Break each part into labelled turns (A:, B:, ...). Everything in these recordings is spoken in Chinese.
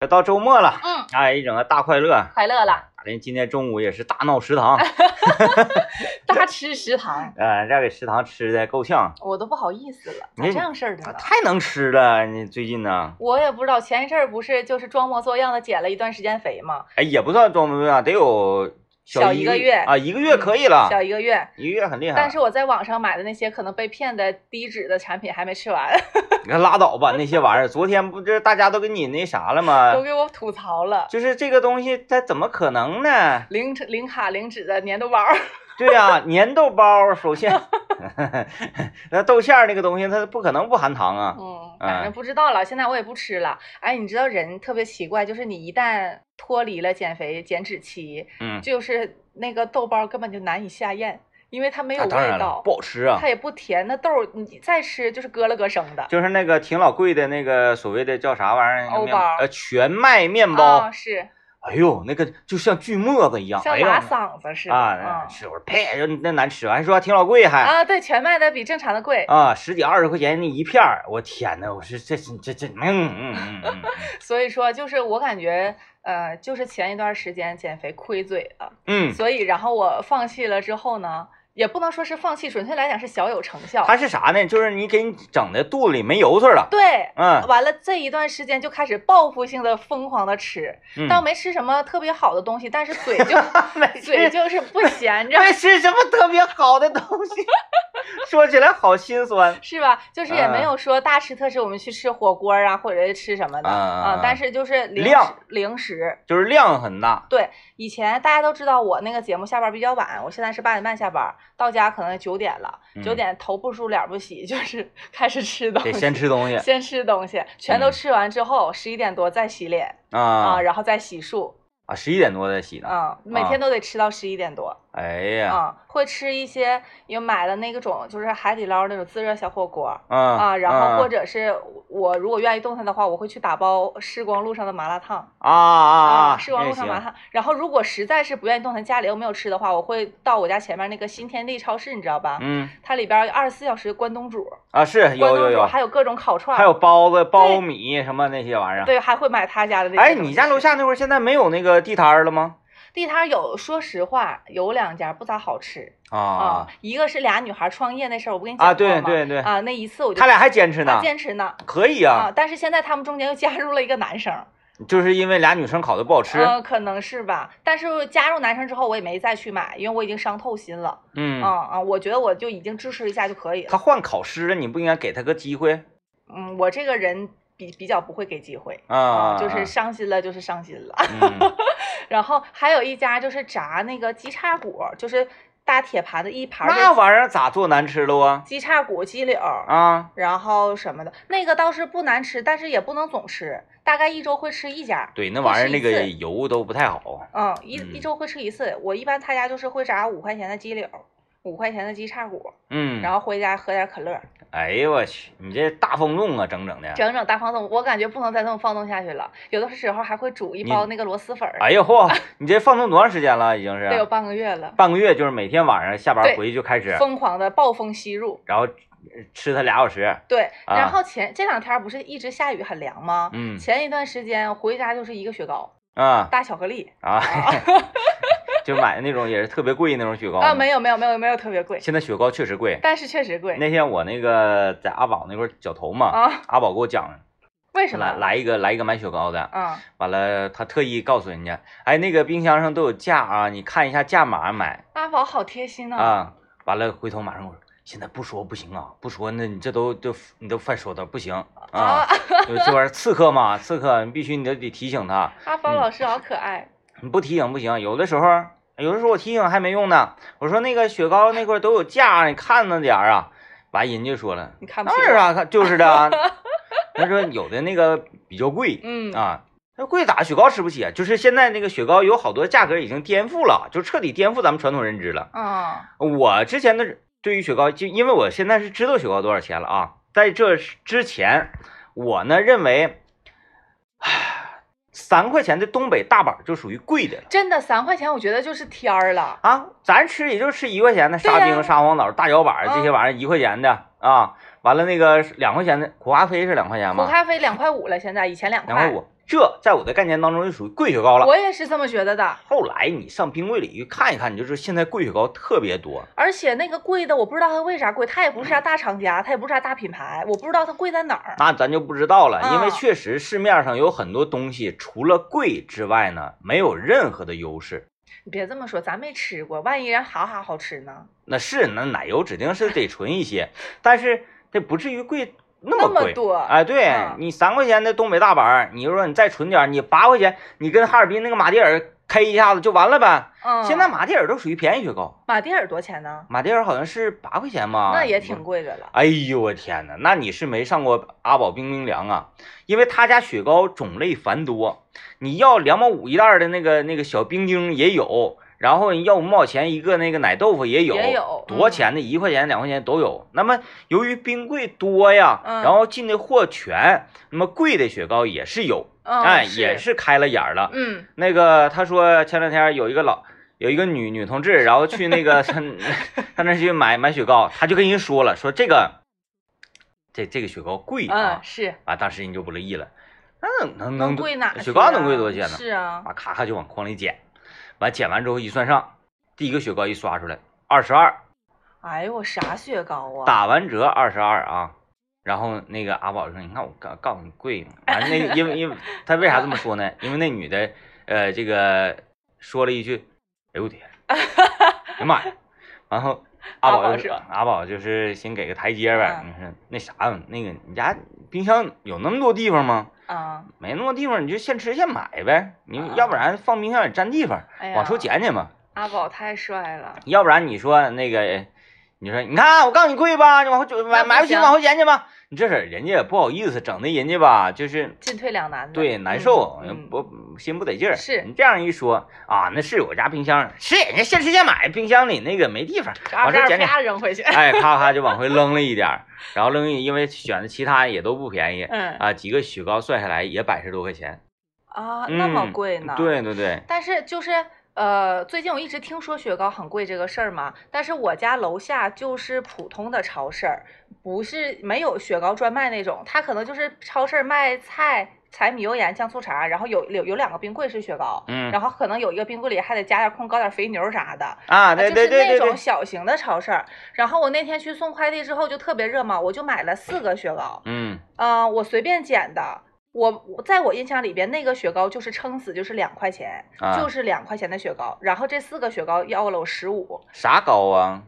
A: 这到周末了，
B: 嗯，
A: 哎，一整个大快乐。
B: 快乐了，
A: 反正今天中午也是大闹食 堂，
B: 大吃食堂，
A: 呃，让给食堂吃的够 呛，
B: 我都不好意思了，咋
A: 嗯
B: 这样式儿的
A: 啊
B: 了？
A: 太能吃了。你最近呢？
B: 我也不知道，前一阵儿不是就是装模作样的减了一段时间肥吗？
A: 哎，也不算装不装，得有
B: 小
A: 一
B: 一个月嗯
A: 啊，一个月可以了，
B: 小一个月。
A: 一个月很厉害。
B: 但是我在网上买的那些可能被骗的低脂的产品还没吃完，
A: 你看拉倒吧，那些玩意儿，昨天不是大家都给你那啥了
B: 都
A: 吗？
B: 给我吐槽了。
A: 就是这个东西，它怎么可能呢？
B: 零脂零卡零脂的粘豆包儿，
A: 对呀、 粘豆包，首先， 那豆馅儿那个东西，它不可能不含糖啊。
B: 嗯，
A: 哎
B: 反正不知道了，现在我也不吃了。哎，你知道人特别奇怪，就是你一旦脱离了减肥减脂期，
A: 嗯，
B: 就是那个豆包儿根本就难以下咽，因为它没有
A: 那啊
B: 味
A: 当然
B: 道
A: 了，，不好吃啊
B: 它。也不甜，那豆儿你再吃就是咯了咯声的。
A: 就是那个挺老贵的那个所谓的叫啥玩意儿
B: 欧
A: 面
B: 包
A: 呃，全麦面
B: 啊、
A: 包。
B: 是
A: 哎呦，那个就像锯沫子一样，
B: 像
A: 哎
B: 拉
A: 呀，
B: 嗓子似的。
A: 啊，
B: 嗯
A: 是我说呸，就那难吃，还说挺老贵还。
B: 啊，对，全麦的比正常的贵，
A: 啊，十几二十块钱那一片儿，我天呐，我说这这这这，嗯嗯嗯嗯
B: 所以说就是我感觉，呃，就是前一段时间减肥亏嘴了，
A: 嗯，嗯，
B: 所以然后我放弃了之后呢，也不能说是放弃，准确来讲是小有成效。
A: 它是啥呢？就是你给你整的肚子里没油水了，
B: 对，
A: 嗯
B: 完了这一段时间就开始报复性的疯狂的吃，
A: 嗯，
B: 倒没吃什么特别好的东西，但是嘴 就
A: 没
B: 嘴
A: 吃
B: 就是不闲着。
A: 没吃什么特别好的东西， 说起来好心酸。
B: 是吧？就是也
A: 嗯
B: 没有说大吃特吃，我们去吃火锅啊，或者是吃什么的
A: 嗯
B: 啊、
A: 嗯嗯
B: 但是就是零
A: 量
B: 食零食，
A: 就是量很 大，
B: 以前大家都知道我那个节目下班比较晚，我现在是八点半下班，到家可能九点了，九
A: 嗯
B: 点头不梳脸不洗，就是 开始吃东
A: 得
B: 西，
A: 先吃东 西啊
B: 先吃东西，全都
A: 嗯
B: 吃完之后，十一点多再洗脸
A: 啊
B: 啊，然后再洗漱
A: 啊！十一点多再洗呢。
B: 啊，每天都得吃到十一点多
A: 哎呀，
B: 啊，会吃一些也买了那个种就是海底捞那种自热小火锅。
A: 啊
B: 啊，
A: 啊
B: 然后或者是我如果愿意动弹的话，我会去打包时光路上的麻辣烫
A: 啊啊啊，
B: 时光
A: 也
B: 路上麻辣
A: 行
B: 烫。然后如果实在是不愿意动弹，家里又没有吃的话，我会到我家前面那个新天地超市，你知道吧？
A: 嗯
B: 它里边二十四小时关东煮，
A: 啊是
B: 关
A: 有有
B: 东煮
A: 有，
B: 还有各种烤串，
A: 还有包子、苞米什么那些玩意儿。
B: 对，还会买他家的那些东
A: 哎，
B: 西吃。
A: 你家楼下那会儿现在没有那个地摊儿了吗？
B: 地摊有？说实话，有两家不咋好吃
A: 啊
B: 一个是俩女孩创业那事儿，我不跟你讲
A: 啊，
B: 过
A: 对
B: 吗
A: 对对，
B: 啊，那一次我就
A: 他俩还坚持
B: 啊
A: 呢，
B: 坚持呢
A: 可以
B: 啊，
A: 啊，
B: 但是现在他们中间又加入了一个男生。
A: 就是因为俩女生烤的不好吃，
B: 呃，可能是吧。但是加入男生之后，我也没再去买，因为我已经伤透心了。嗯
A: 嗯，
B: 啊、我觉得我就已经支持一下就可以
A: 他
B: 了。
A: 换烤师了，你不应该给他个机会
B: 嗯，我这个人比比较不会给机会。
A: 啊？
B: 就是伤心了，就是伤心了。
A: 嗯
B: 然后还有一家就是炸那个鸡叉骨，就是大铁盘子一盘儿
A: 那
B: 的
A: 玩意儿咋做难吃了啊？
B: 鸡叉骨、鸡柳，
A: 啊，
B: 然后什么的，那个倒是不难吃，但是也不能总吃，大概一周会吃一家。
A: 对，那玩意儿
B: 不是
A: 那
B: 一
A: 个
B: 次
A: 油都不太好，
B: 嗯，一一
A: 嗯
B: 周会吃一次。我一般他家就是会炸五块钱的鸡柳，五块钱的鸡叉骨，
A: 嗯，
B: 然后回家喝点可乐，
A: 哎呦我去，你这大风纵啊，整整的，
B: 整整大放纵。我感觉不能再这么放纵下去了，有的时候还会煮一
A: 你
B: 包那个螺蛳粉儿，
A: 哎呦嚯，你这放纵多长时间了？已经
B: 得有
A: 是
B: 半个月了，
A: 半个月，就是每天晚上下班
B: 对
A: 回去就开始，
B: 疯狂的暴风吸入。
A: 然后呃吃它俩小时。
B: 对，
A: 啊
B: 然后前这两天不是一直下雨很凉吗？
A: 嗯
B: 前一段时间回家就是一个雪糕，
A: 啊
B: 大巧克力
A: 啊， 就买那种也是特别贵那种雪糕
B: 啊，没有没有没有没有特别贵，
A: 现在雪糕确实贵。
B: 但是确实贵
A: 那天我那个在阿宝那块儿绞头嘛，
B: 啊。
A: 阿宝给我讲，
B: 为什么？
A: 来来一个来一个买雪糕的，
B: 啊，
A: 完了他特意告诉人家，哎，那个冰箱上都有价啊，你看一下价码买
B: 阿宝好贴心呢。
A: 啊。完了回头马上我说，现在不说不行啊，不说那你这都都你都犯说的不行啊
B: 啊，，
A: 就这玩意儿刺客嘛， 刺客你必须你都得提醒他，
B: 阿宝老师好可爱。
A: 你不提醒不行。有的时候，有的时候我提醒还没用呢。我说那个雪糕那块儿都有价，你看着点儿啊。完人家就说了，
B: 你看不
A: 当
B: 起
A: 然
B: 我？
A: 啊，看就是的 啊。他说有的那个比较贵，
B: 嗯
A: 啊，那贵咋雪糕吃不起啊？就是现在那个雪糕有好多价格已经颠覆了，就彻底颠覆咱们传统认知了。
B: 啊，
A: 我之前的对于雪糕，就因为我现在是知道雪糕多少钱了啊，在这之前，我呢认为，唉，三块钱的东北大板就属于贵的了。
B: 真的三块钱，我觉得就是天儿了。
A: 啊，咱吃也就吃一块钱的沙
B: 对
A: 冰、
B: 呀
A: 沙皇岛、大脚板
B: 嗯
A: 这些玩意儿，一块钱的啊。完了那个两块钱的苦咖啡是两块钱
B: 苦
A: 吗？
B: 咖啡两块五了，现在以前两
A: 两块
B: 块
A: 五。这在我的概念当中就属于贵雪糕了。
B: 我也是这么觉得的。
A: 后来你上冰柜里一看一看，你就知道现在贵雪糕特别多。
B: 而且那个贵的，我不知道它为啥贵，它也不是啥大厂家，它也不是啥大品牌，我不知道它贵在哪儿。
A: 那咱就不知道了，因为
B: 啊
A: 确实市面上有很多东西，除了贵之外呢，没有任何的优势。
B: 你别这么说，咱没吃过，万一人哈哈好吃呢？
A: 那是那奶油指定是 得纯一些，但是这不至于贵那么
B: 那么
A: 贵。
B: 多
A: 哎，对、
B: 嗯
A: 你三块钱的东北大板儿，你就说你再纯点儿，你八块钱，你跟哈尔滨那个马迭尔 K 一下子就完了呗。
B: 嗯，
A: 现在马迭尔都属于便宜雪糕，
B: 马迭尔多少钱呢？
A: 马迭尔好像是八块钱吧？
B: 那也挺贵的了。
A: 哎呦我天哪，那你是没上过阿宝冰冰凉啊？因为他家雪糕种类繁多，你要两毛五一袋儿的那个那个小冰晶也有，然后你要五毛钱一个那个奶豆腐也有，
B: 也有
A: 多少钱的？一块钱、两块钱都有。那么由于冰柜多呀，
B: 嗯
A: 然后进的货全，那么贵的雪糕也是有，
B: 嗯，
A: 哎，也。是开了眼儿了。
B: 嗯，
A: 那个他说前两天有一个老有一个女女同志，然后去那个他 他那去买买雪糕，他就跟人说了，说这个这这个雪糕贵啊
B: 嗯，，是。
A: 啊，当时人就不乐意了，那能能
B: 贵哪去啊？
A: 雪糕能贵多少钱呢？
B: 是啊，
A: 啊，咔咔就往筐里捡，完捡完之后一算上，第一个雪糕一刷出来二十二，
B: 哎呦，我啥雪糕啊？
A: 打完折二十二啊。然后那个阿宝说：“你看我告告诉你贵，完了那个因为 因为他为啥这么说呢？因为那女的呃这个说了一句，哎呦我 天，哎呀妈呀！然后阿
B: 阿
A: 宝
B: 宝
A: 就是
B: 说
A: 阿宝就是先给个台阶呗。
B: 嗯
A: 你说那啥那个你家冰箱有那么多地方吗？
B: 啊，
A: 没那么多地方，你就现吃现买呗。你
B: 啊
A: 要不然放冰箱也占地方，
B: 哎呀，
A: 往出。捡捡嘛。
B: 阿宝太帅了，
A: 要不然你说那个，你说你看我告诉你贵吧，你往后就买
B: 那不
A: 买不起
B: 行
A: 往后捡去吧。你这事儿人家也不好意思，整的人家吧就是
B: 进退两难的。
A: 对难受，
B: 嗯嗯
A: 不心不得劲儿。
B: 是
A: 你这样一说啊，那是我家冰箱是人家现吃现买，冰箱里那个没地方，
B: 嘎
A: 往这
B: 嘎
A: 捡捡。
B: 啪扔回去。
A: 哎，咔咔就往回扔了一点 儿，然后扔一，因为选的其他也都不便宜
B: 嗯
A: 啊，几个雪糕算下来也百十多块钱。
B: 啊，那么
A: 嗯
B: 贵呢？。
A: 对对对，
B: 但是就是呃，最近我一直听说雪糕很贵这个事儿嘛，但是我家楼下就是普通的超市儿，不是没有雪糕专卖那种，它可能就是超市儿卖菜。柴米油盐酱醋茶，然后有有有两个冰柜是雪糕，
A: 嗯
B: 然后可能有一个冰柜里还得加点空搞点肥牛啥的，呃
A: 啊，
B: 就
A: 对对
B: 是
A: 对
B: 那
A: 对对
B: 种，小型的超市儿。然后我那天去送快递之后就特别热嘛，我就买了四个雪糕，
A: 嗯，
B: 嗯、我随便捡的。我我在我印象里边，那个雪糕就是撑死就是两块钱，
A: 啊
B: 就是两块钱的雪糕。然后这四个雪糕要了我十五
A: 啥糕啊？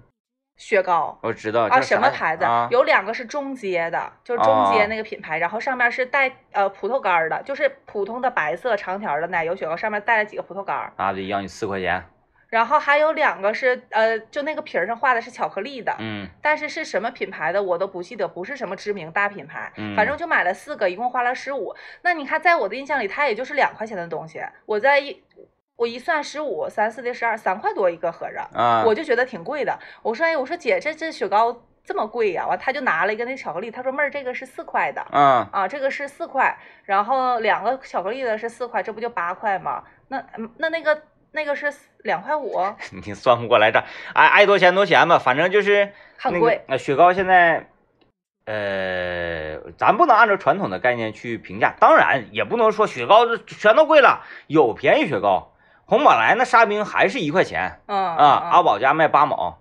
B: 雪糕
A: 我知道
B: 啊，
A: 叫
B: 什么
A: 啥
B: 牌子？
A: 啊
B: 有两个是中街的，就是中
A: 哦
B: 街那个品牌，然后上面是带呃葡萄干儿的，就是普通的白色长条的奶油雪糕，上面带了几个葡萄干儿。
A: 啊，得让你四块钱。
B: 然后还有两个是呃，就那个皮儿上画的是巧克力的，
A: 嗯，
B: 但是是什么品牌的我都不记得，不是什么知名大品牌，
A: 嗯
B: 反正就买了四个，一共花了十五。那你看，在我的印象里，它也就是两块钱的东西，我在一我一算十五，三四的十二，三块多一个合着，
A: 啊，
B: 我就觉得挺贵的。我说，哎，我说姐，这这雪糕这么贵呀、完，他就拿了一个那巧克力，他说妹儿，这个是四块的。
A: 啊，
B: 啊，这个是四块，然后两个巧克力的是四块，这不就八块吗？那嗯那那个那个是两块五，
A: 你算不过来账，爱爱多钱多钱吧，反正就是
B: 很
A: 那
B: 贵
A: 个。。那雪糕现在，呃，咱不能按照传统的概念去评价，当然也不能说雪糕就全都贵了，有便宜雪糕，红宝来那沙冰还是一块钱
B: 嗯
A: 啊，阿宝家卖八 毛，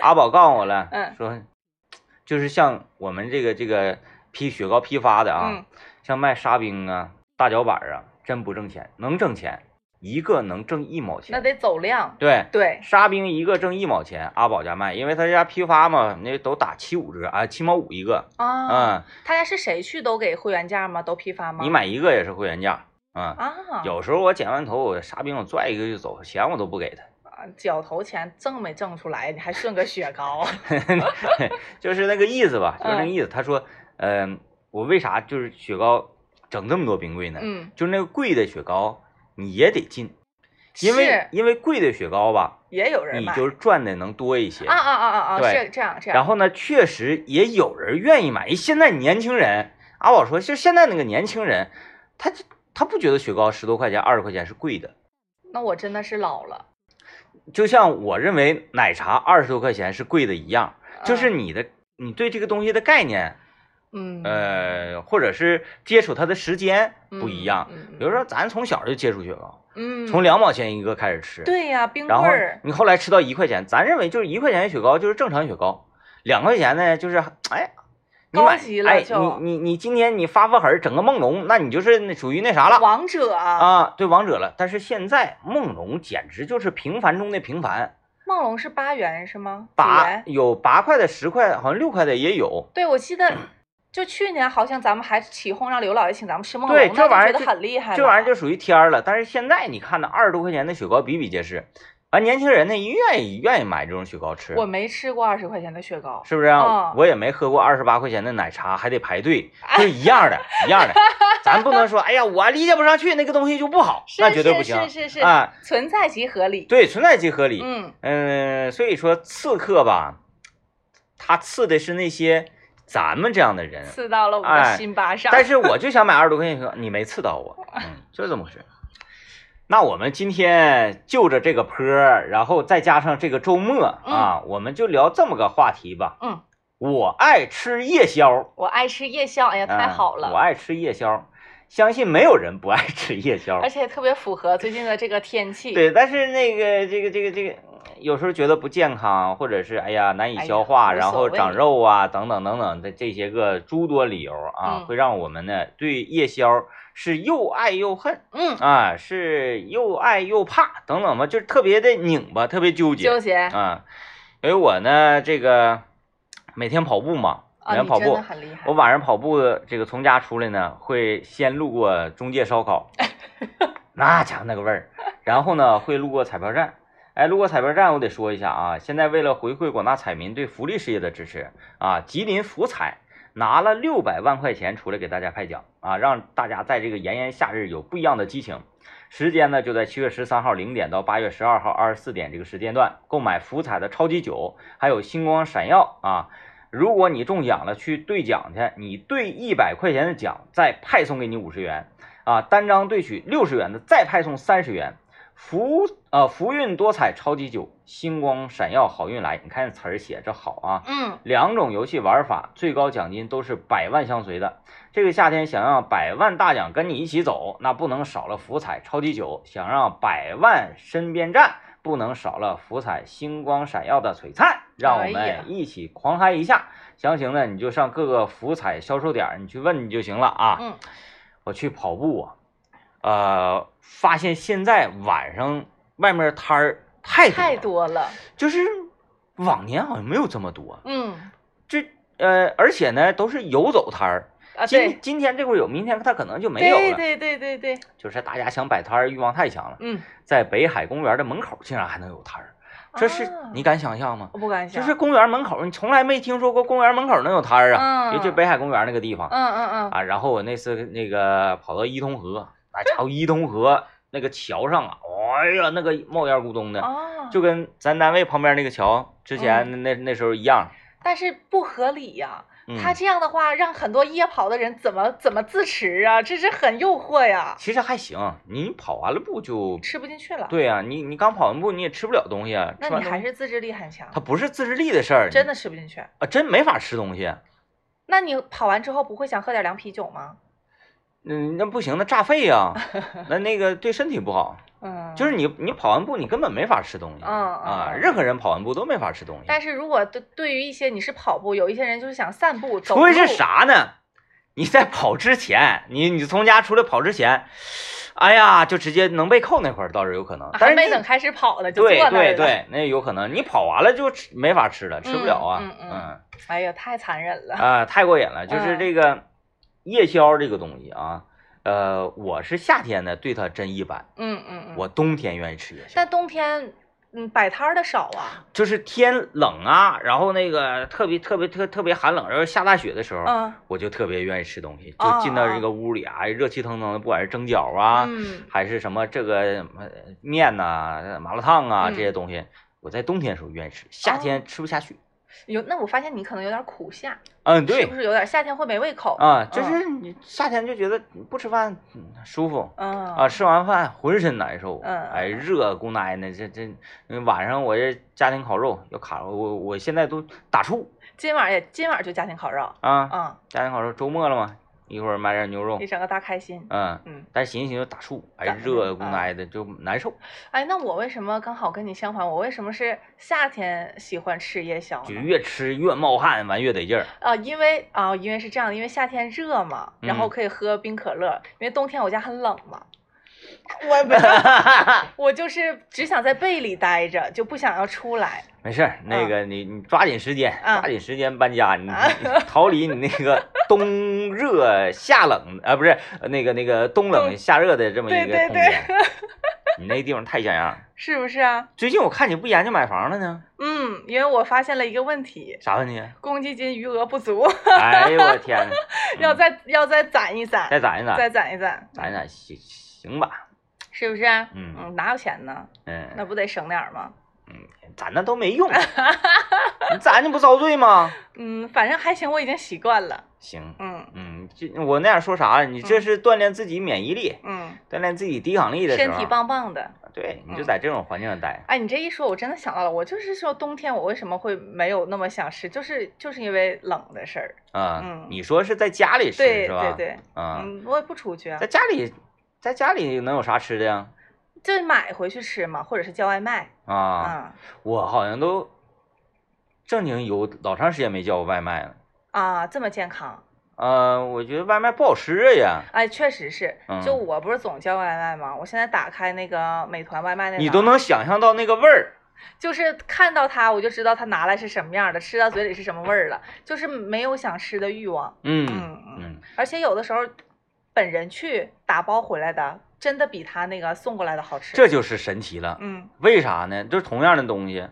A: 阿宝告诉我了，
B: 嗯
A: 说就是像我们这个这个批雪糕批发的啊，
B: 嗯
A: 像卖沙冰啊、大脚板啊，真不挣钱，能挣钱，一个能挣一毛
B: 那
A: 钱。
B: 得走量。
A: 对，
B: 对，
A: 沙冰一个挣一毛钱，阿宝家卖，因为他家批发嘛，那都打七五折啊，七毛五一个。
B: 啊，
A: 嗯，
B: 他家是谁去都给会员价吗？都批发吗？
A: 你买一个也是会员价。嗯，
B: 啊，
A: 有时候我剪完头，我沙冰我拽一个就走，钱我都不给他。
B: 啊脚头钱挣没挣出来，你还顺个雪糕
A: 就是那个意思吧，就是那个意思。他说，嗯、我为啥就是雪糕整这么多冰柜呢？
B: 嗯，
A: 就是那个贵的雪糕你也得进，因为
B: 是
A: 因为贵的雪糕吧，
B: 也有人
A: 你
B: 买。
A: 就是赚的能多一些。
B: 啊啊啊啊啊！
A: 对
B: 是这样这样。
A: 然后呢，确实也有人愿意买。现在年轻人，阿宝说，就现在那个年轻人，他就他不觉得雪糕十多块钱、二十块钱是贵的。
B: 那我真的是老了，
A: 就像我认为 奶茶二十多块钱是贵的一样，就是
B: 嗯
A: 你的你对这个东西的概念
B: 嗯，
A: 呃，或者是接触它的时间
B: 嗯，
A: 不一样。
B: 嗯，
A: 比如说，咱从小就接触雪糕，
B: 嗯，嗯，
A: 从两毛钱一个开始吃，
B: 对呀、冰棍
A: 然后
B: 儿，
A: 你后来吃到一块钱，咱认为就是一块钱的雪糕就是正常雪糕，两块钱呢就是哎，你
B: 高
A: 买
B: 级了
A: 哎，
B: 就
A: 你你你今天你发发狠儿整个梦龙，那你就是那属于那啥了
B: 王者啊，
A: 啊，对王者了。但是现在梦龙简直就是平凡中的平凡，
B: 梦龙是八元是吗？几
A: 八
B: 元
A: 有八块的、十块，好像六块的也有。
B: 对，我记得就去年好像咱们还起哄让刘老爷请咱们吃梦龙，
A: 对
B: 那
A: 这
B: 就
A: 玩意儿
B: 觉
A: 就
B: 得很厉害了，
A: 这玩意儿就属于天儿了。但是现在你看那二十多块钱的雪糕比比皆是，啊，年轻人呢愿意愿意买这种雪糕吃，
B: 我没吃过二十块钱的雪糕，
A: 是不是啊？
B: 嗯
A: 我也没喝过二十八块钱的奶茶，还得排队，就是一样的，一样的。咱不能说，哎呀，我理解不上去那个东西就不好，
B: 是
A: 那绝对不行
B: 是是是是，
A: 啊。
B: 存在即合理。
A: 对，存在即合理。
B: 嗯，
A: 嗯、所以说刺客吧，他刺的是那些咱们这样的人。
B: 刺到了我
A: 哎
B: 的心巴上。
A: 但是我就想买二十多块钱一盒，你没刺到我， 嗯，就是这么回事。那我们今天就着这个坡儿，然后再加上这个周末啊，我们就聊这么个话题吧。
B: 嗯，
A: 我爱吃夜宵，
B: 我爱吃夜宵，哎呀，太
A: 嗯
B: 好了，
A: 我爱吃夜宵，相信没有人不爱吃夜宵
B: 而。且特别符合最近的这个天气。，
A: 对，但是那个这个这个这个，有时候觉得不健康，或者是哎呀难以
B: 哎呀
A: 消化，
B: 无
A: 然
B: 所
A: 后
B: 谓
A: 长肉啊等等等等的这些个诸多理由啊，
B: 嗯
A: 会让我们呢对夜宵是又爱又恨。
B: 嗯，
A: 啊，是又爱又怕等等吧，就是特别的拧巴，特别纠结
B: 纠结
A: 啊。因为我呢，这个每天跑步嘛，每
B: 啊，
A: 天
B: 你
A: 跑
B: 真
A: 步，
B: 的很厉害
A: 我。晚上跑步的这个从家出来呢，会先路过中介烧烤，那家伙那个味儿，然后呢会路过彩票站。哎，路过彩票站，我得说一下啊，现在为了回馈广大彩民对福利事业的支持啊，吉林福彩拿了六百万块钱出来给大家派奖啊，让大家在这个炎炎夏日有不一样的激情。时间呢就在七月十三号零点到八月十二号二十四点这个时间段，购买福彩的超级九，还有星光闪耀啊。如果你中奖了，去兑奖去，你兑一百块钱的奖，再派送给你五十元啊，单张兑取六十元的，再派送三十元。福呃福运多彩超级九，星光闪耀好运来，你看这词儿写着好啊，
B: 嗯，
A: 两种游戏玩法，最高奖金都是百万相随的。这个夏天想让百万大奖跟你一起走，那不能少了福彩超级九；想让百万身边站，不能少了福彩星光闪耀的璀璨。让我
B: 哎呀
A: 们一起狂嗨一下！详情呢，你就上各个福彩销售点儿，你去问你就行了啊。
B: 嗯，
A: 我去跑步啊，呃，发现现在晚上外面摊儿太多了
B: 太多了。
A: 就是往年好像没有这么多。
B: 嗯，
A: 这呃，而且呢，都是游走摊儿。
B: 啊，
A: 今
B: 对，
A: 今天这会儿有，明天它可能就没有
B: 对
A: 了。
B: 对对对对，
A: 就是大家想摆摊儿欲望太强了，
B: 嗯，
A: 在北海公园的门口竟然还能有摊儿，这是、
B: 啊
A: 你敢想象吗？
B: 我不敢
A: 就
B: 想。
A: 是公园门口，你从来没听说过公园门口能有摊儿啊，
B: 嗯
A: 尤其北海公园那个地方、
B: 嗯嗯嗯，
A: 啊。然后我那次那个跑到伊通河，那家伙伊通河那个桥上啊，哎呀，那个冒烟咕咚的，
B: 哦，
A: 啊就跟咱单位旁边那个桥之前那、那那时候一样。
B: 但是不合理呀、
A: 嗯、
B: 嗯他这样的话，让很多夜跑的人怎么怎么自持啊？这是很诱惑呀，
A: 其实还行，你跑完了步就
B: 吃不进去了。，
A: 对呀、啊你你刚跑完步你也吃不了东西啊。
B: 那
A: 吃完
B: 你
A: 东
B: 还
A: 西
B: 是自制力很强，
A: 它不是自制力的事儿，
B: 真
A: 的
B: 的吃不进去。
A: 啊真没法吃东西。
B: 那你跑完之后不会想喝点凉啤酒吗？
A: 嗯，那不行，那炸肺 呀、那那个对身体不好。
B: 嗯，
A: 就是你你跑完步你根本没法吃东西
B: 嗯
A: 啊，
B: 嗯
A: 任何人跑完步都没法吃东西。
B: 但是如果对对于一些你是跑步，有一些人就是想散步，走
A: 除非是
B: 路？
A: 啥呢？你在跑之前，你你从家出来跑之前，哎呀，就直接能被扣那会儿倒是有可能，但
B: 啊还
A: 是
B: 没
A: 你
B: 等开始跑呢，就坐
A: 对
B: 那儿
A: 对
B: 了。
A: 对，那有可能你跑完了就吃没法吃了，吃不了啊，
B: 嗯嗯嗯
A: 嗯
B: 哎呀，太残忍 了。
A: 啊、太过瘾了。
B: 嗯
A: 就是这个夜宵这个东西啊，呃，我是夏天呢对它真一般，
B: 嗯嗯嗯。
A: 我冬天愿意吃夜宵，
B: 但冬天，嗯，摆摊儿的少啊。
A: 就是天冷啊，然后那个特别特别特特别寒冷，然后下大雪的时候。
B: 嗯
A: 我就特别愿意吃东西，
B: 哦
A: 就进到这个屋里啊，热气腾腾的，不管是蒸饺啊，
B: 嗯
A: 还是什么这个呃面呐、麻辣烫啊
B: 嗯哦
A: 这些东西，我在冬天的时候愿意吃，夏天吃不下去。
B: 有那我发现你可能有点苦夏，
A: 嗯，对
B: 是不是有点夏天会没胃口？
A: 啊，就
B: 嗯
A: 是你夏天就觉得不吃饭嗯舒服
B: 嗯
A: 啊，吃完饭浑身难受，
B: 嗯
A: 哎，热姑奶奶，这这嗯晚上我这家庭烤肉要卡，我我现在都打怵
B: 今晚也今晚就家庭烤肉，
A: 啊，
B: 嗯，
A: 家庭烤肉周末了嘛，一会儿买点牛肉
B: 你，整个大开心。
A: 嗯，
B: 哎嗯，
A: 但是寻思寻思打怵，哎，
B: 打
A: 热姑
B: 嗯
A: 奶奶就难受，
B: 哎，那我为什么刚好跟你相反？我为什么是夏天喜欢吃夜宵
A: 就
B: 呢？
A: 越吃越冒汗，完越得劲儿，
B: 啊，因为啊、因为是这样的，因为夏天热嘛，然后
A: 嗯
B: 可以喝冰可乐，因为冬天我家很冷 嘛，我没办法我就是只想在被里待着，就不想要出来。
A: 没事儿，那个你你抓紧时间，
B: 啊
A: 抓紧时间搬家，你
B: 嗯啊
A: 你逃离你那个冬热夏冷啊，不是呃那个那个冬冷
B: 冬
A: 夏热的这么
B: 对
A: 一个
B: 对
A: 空
B: 对
A: 间。 你那地方太像样了。
B: 是不是啊？
A: 最近我看你不研究买房了呢，
B: 嗯，因为我发现了一个问题，
A: 啥 问题？
B: 公积金余额不足，，
A: 哎呦我天呐
B: 要
A: 嗯
B: 再要再攒一攒，
A: 再攒一攒，
B: 再攒一攒，
A: 攒一攒行行吧，
B: 是不是啊？
A: 嗯
B: 哪有钱呢？那
A: 嗯，
B: 不得省点儿吗？
A: 攒那都没 用，你攒你不遭罪吗？
B: 嗯，反正还行，我已经习惯了。
A: 行，
B: 嗯
A: 嗯，就我那样说啥了？你这是锻炼自己免疫力，
B: 嗯，
A: 锻炼自己抵抗力的时
B: 身
A: 候，
B: 体棒棒的。
A: 对，你就
B: 嗯
A: 在这种环境上待。
B: 哎，你这一说，我真的想到了，我就是说冬天我为什么会没有那么想吃，就是就是因为冷的事儿。
A: 啊
B: 嗯，
A: 你说是在家里吃
B: 对
A: 是
B: 对
A: 吧？
B: 对，
A: 啊，
B: 嗯，我也不出去啊
A: 在，家里，在家里能有啥吃的呀？
B: 就买回去吃嘛，或者是叫外卖
A: 啊，
B: 啊
A: 我好像都正经有老长时间没叫过外卖了。
B: 啊，这么健康。
A: 呃，我觉得外卖不好吃啊呀，
B: 哎，确实是，就
A: 嗯
B: 我不是总叫外卖吗？我现在打开那个美团外卖那栏，
A: 你都能想象到那个味儿。
B: 就是看到它，我就知道它拿来是什么样的，吃到嘴里是什么味儿了，就是没有想吃的欲望。
A: 嗯
B: 嗯嗯，
A: 嗯，
B: 而且有的时候本人去打包回来的，真的比他那个送过来的好吃。
A: 这就是神奇了。
B: 嗯
A: 为啥呢？就是同样的东西。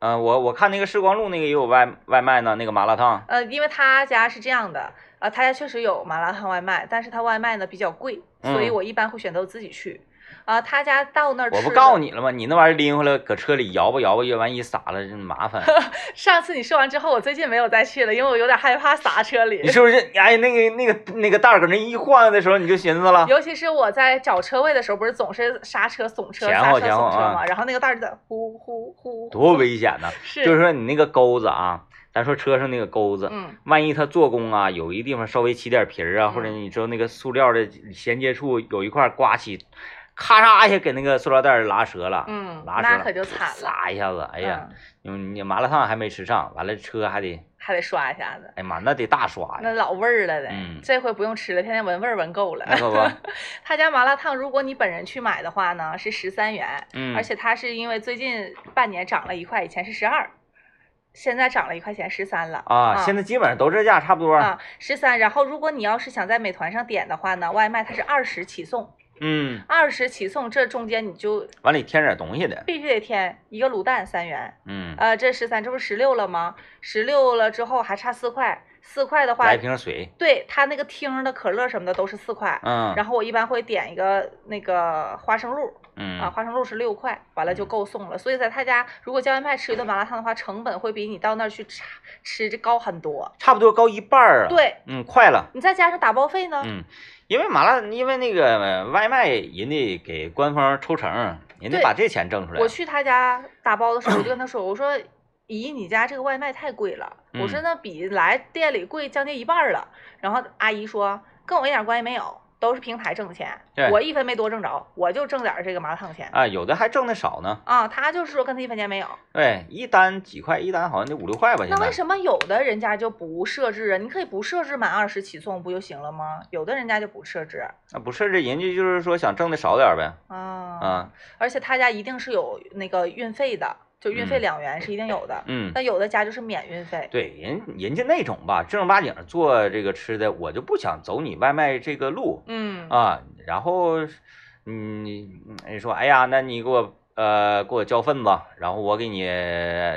A: 嗯，我我看那个时光路那个也有外外卖呢，那个麻辣烫。
B: 呃，因为他家是这样的，呃，他家确实有麻辣烫外卖，但是他外卖呢比较贵，所以
A: 嗯
B: 我一般会选择我自己去。啊、他家到那儿吃，
A: 我不告诉，你了吗？你那玩意儿拎回来搁车里摇吧摇吧，万一洒了，真麻 烦。
B: 上次你说完之后，我最近没有再去了，因为我有点害怕洒车里
A: 你。是不是？哎，那个那个那个袋儿搁那一晃的时候，你就寻思了，
B: 尤其是我在找车位的时候，不是总是刹车耸车、
A: 前
B: 刹
A: 后
B: 车
A: 前后
B: 耸车
A: 啊
B: 嘛，然后那个袋儿就在呼呼呼，
A: 多危险呐！
B: 是，
A: 就是说你那个钩子啊，咱说车上那个钩子，
B: 嗯
A: 万一它做工啊，有一地方稍微起点皮儿啊，
B: 嗯
A: 或者你知道那个塑料的衔接处有一块刮起，咔嚓一下给那个塑料袋儿拉折了，
B: 嗯，
A: 拉折
B: 那
A: 了，
B: 可就惨了。
A: 撒一下子，哎呀，
B: 嗯，
A: 嗯你麻辣烫还没吃上，完了车还得，
B: 还得刷一下子，
A: 哎呀妈，那得大刷
B: 那
A: 呀，
B: 老味儿了得。
A: 嗯
B: 这回不用吃了，天天闻味儿闻够了
A: 那。可 不，
B: 他家麻辣烫，如果你本人去买的话呢，是十三元，
A: 嗯，
B: 而且它是因为最近半年涨了一块，以前是十二，现在涨了一块钱，十三了。
A: 啊，现在基本上都这价差不多，
B: 啊，十三。然后，如果你要是想在美团上点的话呢，外卖它是二十起送，
A: 嗯，
B: 二十起送，这中间你就
A: 完了你添点东西的，
B: 必须得添一个卤蛋三元，
A: 嗯，
B: 呃，这十三，这不是十六了吗？十六了之后还差四块，四块的话
A: 来，瓶水，
B: 对它那个听儿的可乐什么的都是四块，
A: 嗯，
B: 然后我一般会点一个那个花生露
A: 嗯
B: 啊，花生露是六块，完了就
A: 嗯
B: 够送了。所以在他家如果叫外卖吃一顿麻辣烫的话，成本会比你到那儿去吃吃这高很多。
A: 差不多高一半儿啊。，
B: 对
A: 嗯，快了。
B: 你再加上打包费呢，
A: 嗯，因为麻辣，因为那个呃外卖，人家给官方抽成，人家
B: 对
A: 把这钱挣出来
B: 我。去他家打包的时候，我就 跟他说，我说。姨，你家这个外卖太贵了，我说
A: 嗯
B: 那比来店里贵将近一半儿了。然后阿姨说跟我一点关系没有，都是平台挣的钱，
A: 对
B: 我一分没多挣着，我就挣点儿这个麻辣烫钱。
A: 啊，有的还挣的少呢。
B: 啊，他就是说跟他一分钱没有。
A: 对，一单几块，一单好像得五六块吧。现
B: 那为
A: 在
B: 什么有的人家就不设置啊？你可以不设置满二十起送不就行了吗？有的人家就不设置
A: 那不是这人家就是说想挣的少点儿呗。
B: 啊
A: 啊，
B: 而且他家一定是有那个运费的，就运费
A: 嗯
B: 两元是一定有的。
A: 嗯，
B: 但有的家就是免运费。
A: 对，人人家那种吧，正儿八经做这个吃的，我就不想走你外卖这个路
B: 嗯
A: 啊。然后，嗯，你你说，哎呀，那你给我呃给我交份子，然后我给你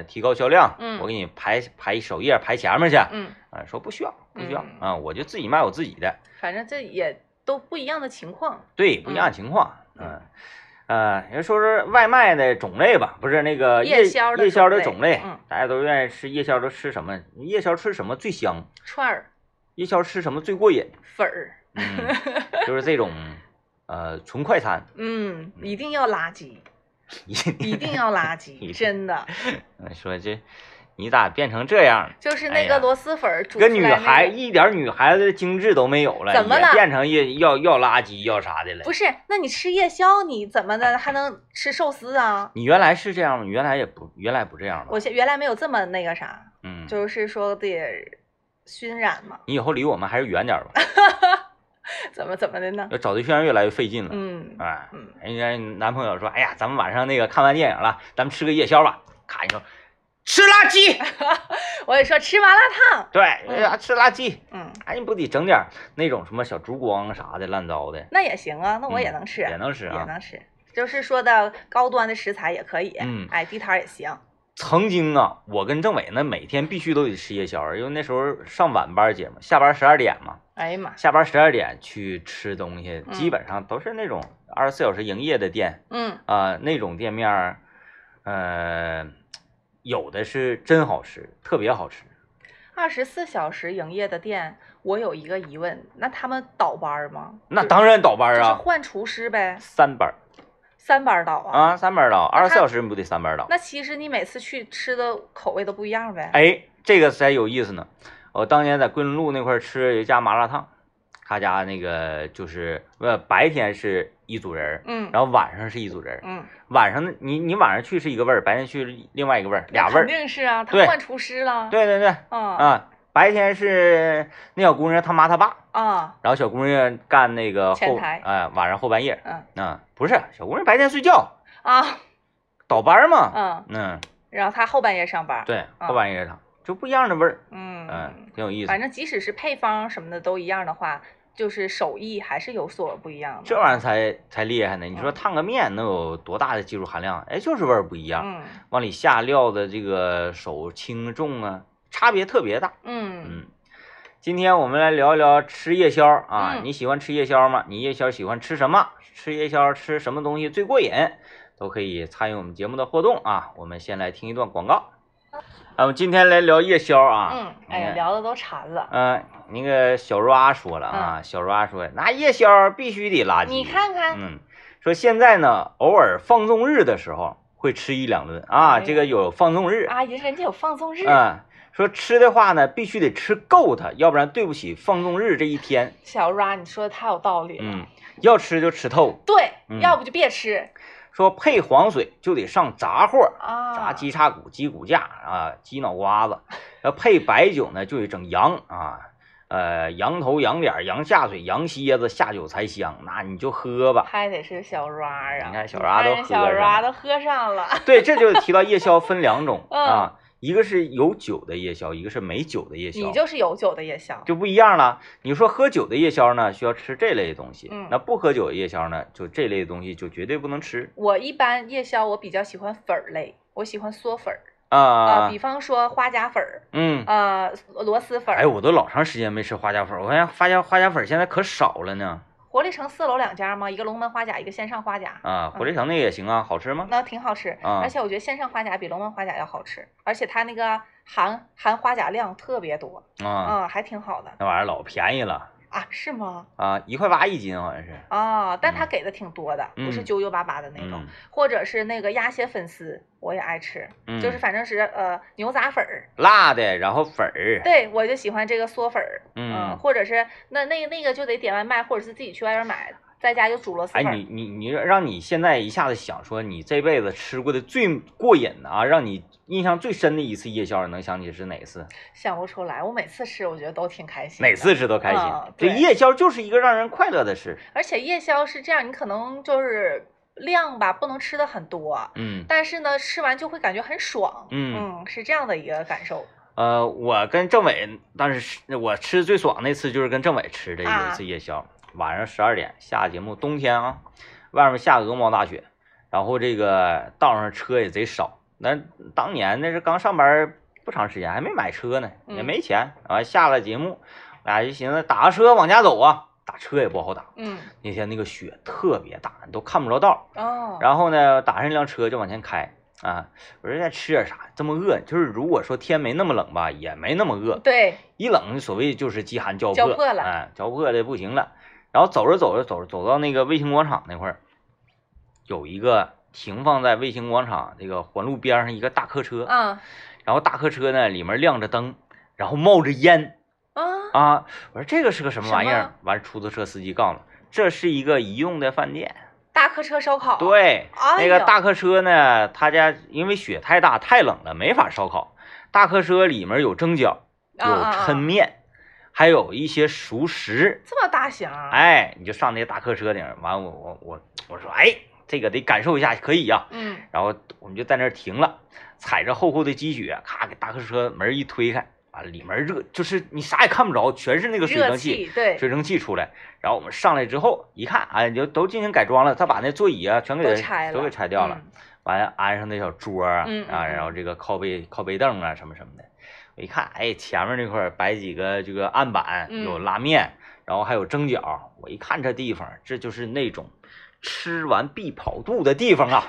A: 提高销量，
B: 嗯
A: 我给你排排首页排前面去。
B: 嗯，
A: 啊，说不需要，不需要
B: 嗯
A: 啊，我就自己卖我自己的，
B: 反正这也都不一样的情况。
A: 对，不一样的情况，
B: 嗯
A: 嗯，呃，人说说外卖的种类吧，不是那个
B: 夜
A: 夜
B: 宵的
A: 夜宵的
B: 种
A: 种
B: 类
A: 类，
B: 嗯
A: 大家都愿意吃夜宵，都吃什么？夜宵吃什么最香？
B: 串儿、
A: 夜宵吃什么最过瘾？
B: 粉儿，
A: 嗯，就是这种呃纯快餐，
B: 嗯，一定要垃圾，一定要 垃圾，真的
A: 嗯说这你咋变成这样了？
B: 就是
A: 哎
B: 那
A: 呀
B: 个螺蛳粉儿煮出来
A: 跟女
B: 那个
A: 孩一点女孩子的精致都没有了，
B: 怎么
A: 也
B: 了
A: 变成一要要垃圾要啥的了
B: 不？是，那你吃夜宵你怎么的还能吃寿司啊？
A: 你原来是这样吗？你原来也不原来不这样吧？
B: 我现原来没有这么那个啥，
A: 嗯，
B: 就是说得熏染嘛，
A: 你以后离我们还是远点 吧，
B: 怎么怎么的呢？
A: 要找对象越来越费劲了。
B: 嗯
A: 哎，
B: 嗯，
A: 人家男朋友说：“哎呀，咱们晚上那个看完电影了，咱们吃个夜宵吧。”咔，你说吃垃 圾，
B: 我也说吃麻辣烫，
A: 对，哎呀，吃垃圾，
B: 嗯，
A: 哎，你不得整点儿那种什么小烛光啥的乱糟的，
B: 那也行啊，那我也
A: 嗯
B: 能吃，
A: 也能吃
B: 也
A: 啊。
B: 能吃。就是说的高端的食材也可以，
A: 嗯
B: 哎，地摊儿也行，
A: 曾经啊，我跟政委那每天必须都得吃夜宵，因为那时候上晚班儿节目，下班十二点嘛，
B: 哎呀妈，
A: 下班十二点去吃东西，
B: 嗯
A: 基本上都是那种二十四小时营业的店
B: 嗯
A: 啊、那种店面儿，呃，有的是真好吃，特别好吃。
B: 二十四小时营业的店，我有一个疑问，那他们倒班儿吗？
A: 那
B: 就
A: 当然倒班
B: 就
A: 儿
B: 是
A: 啊，
B: 换厨师呗，
A: 三班儿
B: 三班儿倒啊。
A: 啊，三班儿倒，二十四
B: 他
A: 小时你不得三班儿倒？
B: 那其实你每次去吃的口味都不一样呗。
A: 哎，这个才有意思呢。我当年在桂林路那块儿吃有一家麻辣烫，他家那个就是呃白天是一组人儿，
B: 嗯
A: 然后晚上是一组人儿，
B: 嗯，
A: 晚上呢你你晚上去是一个味儿，白天去是另外一个味儿，俩味
B: 肯
A: 儿。
B: 定是啊，他
A: 对
B: 换厨师了。
A: 对对对，
B: 啊
A: 啊，白天是那小姑娘她妈她爸，
B: 啊
A: 然后小姑娘干那个
B: 前
A: 后
B: 台
A: 哎、晚上后半夜，
B: 嗯
A: 嗯，不是小姑娘白天睡觉
B: 啊
A: 倒班儿嘛，
B: 嗯，
A: 嗯，
B: 然后他后半夜上班。，
A: 对，
B: 啊
A: 后半夜上就不一样的味儿，
B: 嗯
A: 嗯，，挺有意思
B: 反。正即使是配方什么的都一样的话，就是手艺还是有所不一样的。
A: 这玩意儿才才厉害呢！你说
B: 嗯
A: 烫个面能有多大的技术含量？哎，就是味儿不一样，
B: 嗯
A: 往里下料的这个手轻重啊，差别特别大。
B: 嗯
A: 嗯，今天我们来聊一聊吃夜宵啊，
B: 嗯
A: 你喜欢吃夜宵吗？你夜宵喜欢吃什么？吃夜宵吃什么东西最过瘾？都可以参与我们节目的互动啊！我们先来听一段广告。啊，我们今天来聊夜宵啊。
B: 嗯，哎呀，
A: 嗯
B: 聊的都馋了。
A: 嗯，那个小 ra 说了啊，小 ra 说那夜宵必须得垃圾。
B: 嗯你看看，
A: 嗯，说现在呢，偶尔放纵日的时候会吃一两顿啊，
B: 哎呀
A: 这个有放纵日。
B: 啊，人人家有放纵日。
A: 嗯，说吃的话呢，必须得吃够它，要不然对不起放纵日这一天。
B: 小 Ra，你说的太有道理了。
A: 嗯，要吃就吃透。
B: 对
A: 嗯，
B: 要不就别吃
A: 说配黄水就得上杂货，
B: 啊。
A: 炸鸡叉骨、鸡骨架啊、鸡脑瓜子。要配白酒呢，就得整羊啊，呃，羊头、羊脸、羊下水、羊蝎子，下酒才香。那你就喝吧。
B: 还得是小 ra 啊！
A: 你看小 ra 都
B: 人小
A: 喝上
B: ra
A: 了
B: 都喝上了。
A: 对，这就提到夜宵分两种
B: 嗯
A: 啊，一个是有酒的夜宵，一个是没酒的夜宵，啊
B: 你就是有酒的夜宵，
A: 就不一样了。你说喝酒的夜宵呢，需要吃这类东西；
B: 嗯
A: 那不喝酒的夜宵呢，就这类东西就绝对不能吃
B: 我一般夜宵我比较喜欢粉儿类，我喜欢嗦粉儿啊、
A: 啊。
B: 比方说花甲粉儿，
A: 嗯，
B: 呃，螺蛳粉
A: 哎，
B: 儿。
A: 我都老长时间没吃花甲粉儿，我发现花甲花甲粉儿现在可少了呢。
B: 活力城四楼两家嘛，一个龙门花甲，一个线上花甲，
A: 啊，火力城那个也行啊，好吃吗？
B: 那挺好吃。
A: 啊
B: 而且我觉得线上花甲比龙门花甲要好吃，而且它那个含含花甲量特别多，
A: 啊，
B: 嗯，还挺好的
A: 那玩意儿老便宜了
B: 啊，是吗？
A: 啊，一块八一斤好像是。
B: 啊，但它
A: 嗯
B: 给的挺多的，不是
A: 嗯
B: 揪揪巴巴的那种
A: 嗯。
B: 或者是那个鸭血粉丝，我也爱吃，
A: 嗯，
B: 就是反正是呃牛杂粉儿，
A: 辣的，然后粉儿，
B: 对我就喜欢这个嗦粉儿，
A: 嗯
B: 或者是那那那个就得点外卖，或者是自己去外边买，在家就煮螺蛳
A: 哎
B: 粉，儿。
A: 你你你让你现在一下子想说你这辈子吃过的最过瘾的啊，让你印象最深的一次夜宵，你能想起是哪次？
B: 想不出来，我每次吃我觉得都挺开心的，
A: 哪次吃都开心
B: 嗯。
A: 这
B: 对
A: 夜宵就是一个让人快乐的事。
B: 而且夜宵是这样，你可能就是量吧，不能吃的很多。
A: 嗯，
B: 但是呢，吃完就会感觉很爽，
A: 嗯
B: 嗯，是这样的一个感受
A: 呃，我跟政委当时吃我吃最爽那次就是跟政委吃的
B: 啊
A: 有一次夜宵，晚上十二点下节目，冬天啊，外面下鹅毛大雪，然后这个道上车也贼少。那当年那是刚上班不长时间，还没买车呢，也
B: 嗯
A: 没钱，完、下了节目，俩就寻思打个车往家走啊，打车也不好打。
B: 嗯，
A: 那天那个雪特别大，你都看不着道儿。
B: 哦，
A: 然后呢，打上一辆车就往前开啊。我说再吃点啥？这么饿，就是如果说天没那么冷吧，也没那么饿。
B: 对，
A: 一冷，所谓就是饥寒交迫，
B: 嗯交迫了
A: 哎，交迫的不行了。然后走着走着走着走到那个卫星广场那块儿，有一个停放在卫星广场这个环路边上一个大客车，
B: 啊
A: 然后大客车呢里面亮着灯，然后冒着烟
B: 啊，
A: 啊。我说这个是个什么玩意
B: 什
A: 儿
B: 么？
A: 完，出租车司机告诉我，这是一个移用的饭店。
B: 大客车烧烤，，
A: 对，
B: 哎
A: 那
B: 呀
A: 个大客车呢，他家因为雪太大太冷了，没法烧烤。大客车里面有蒸饺，有
B: 啊啊啊
A: 抻面，还有一些熟食。
B: 这么大型啊，
A: 哎，你就上那大客车顶儿，完我我我我说，哎，这个得感受一下，可以呀、
B: 嗯，
A: 然后我们就在那儿停了，踩着厚厚的积雪，咔给大客车门一推开，完、了里面热，就是你啥也看不着，全是那个水
B: 热
A: 蒸
B: 气，对，
A: 水蒸气出来，然后我们上来之后一看，哎，就都进行改装了，他把那座椅啊全给
B: 都拆了，
A: 都给拆掉了，
B: 嗯，
A: 完了安上那小桌啊
B: 嗯嗯
A: 啊，
B: 嗯
A: 然后这个靠背靠背凳啊什么什么的，我一看，哎，前面那块儿摆几个这个案板，
B: 嗯
A: 有拉面，然后还有蒸饺，我一看这地方，这就是那种吃完必跑肚的地 方啊！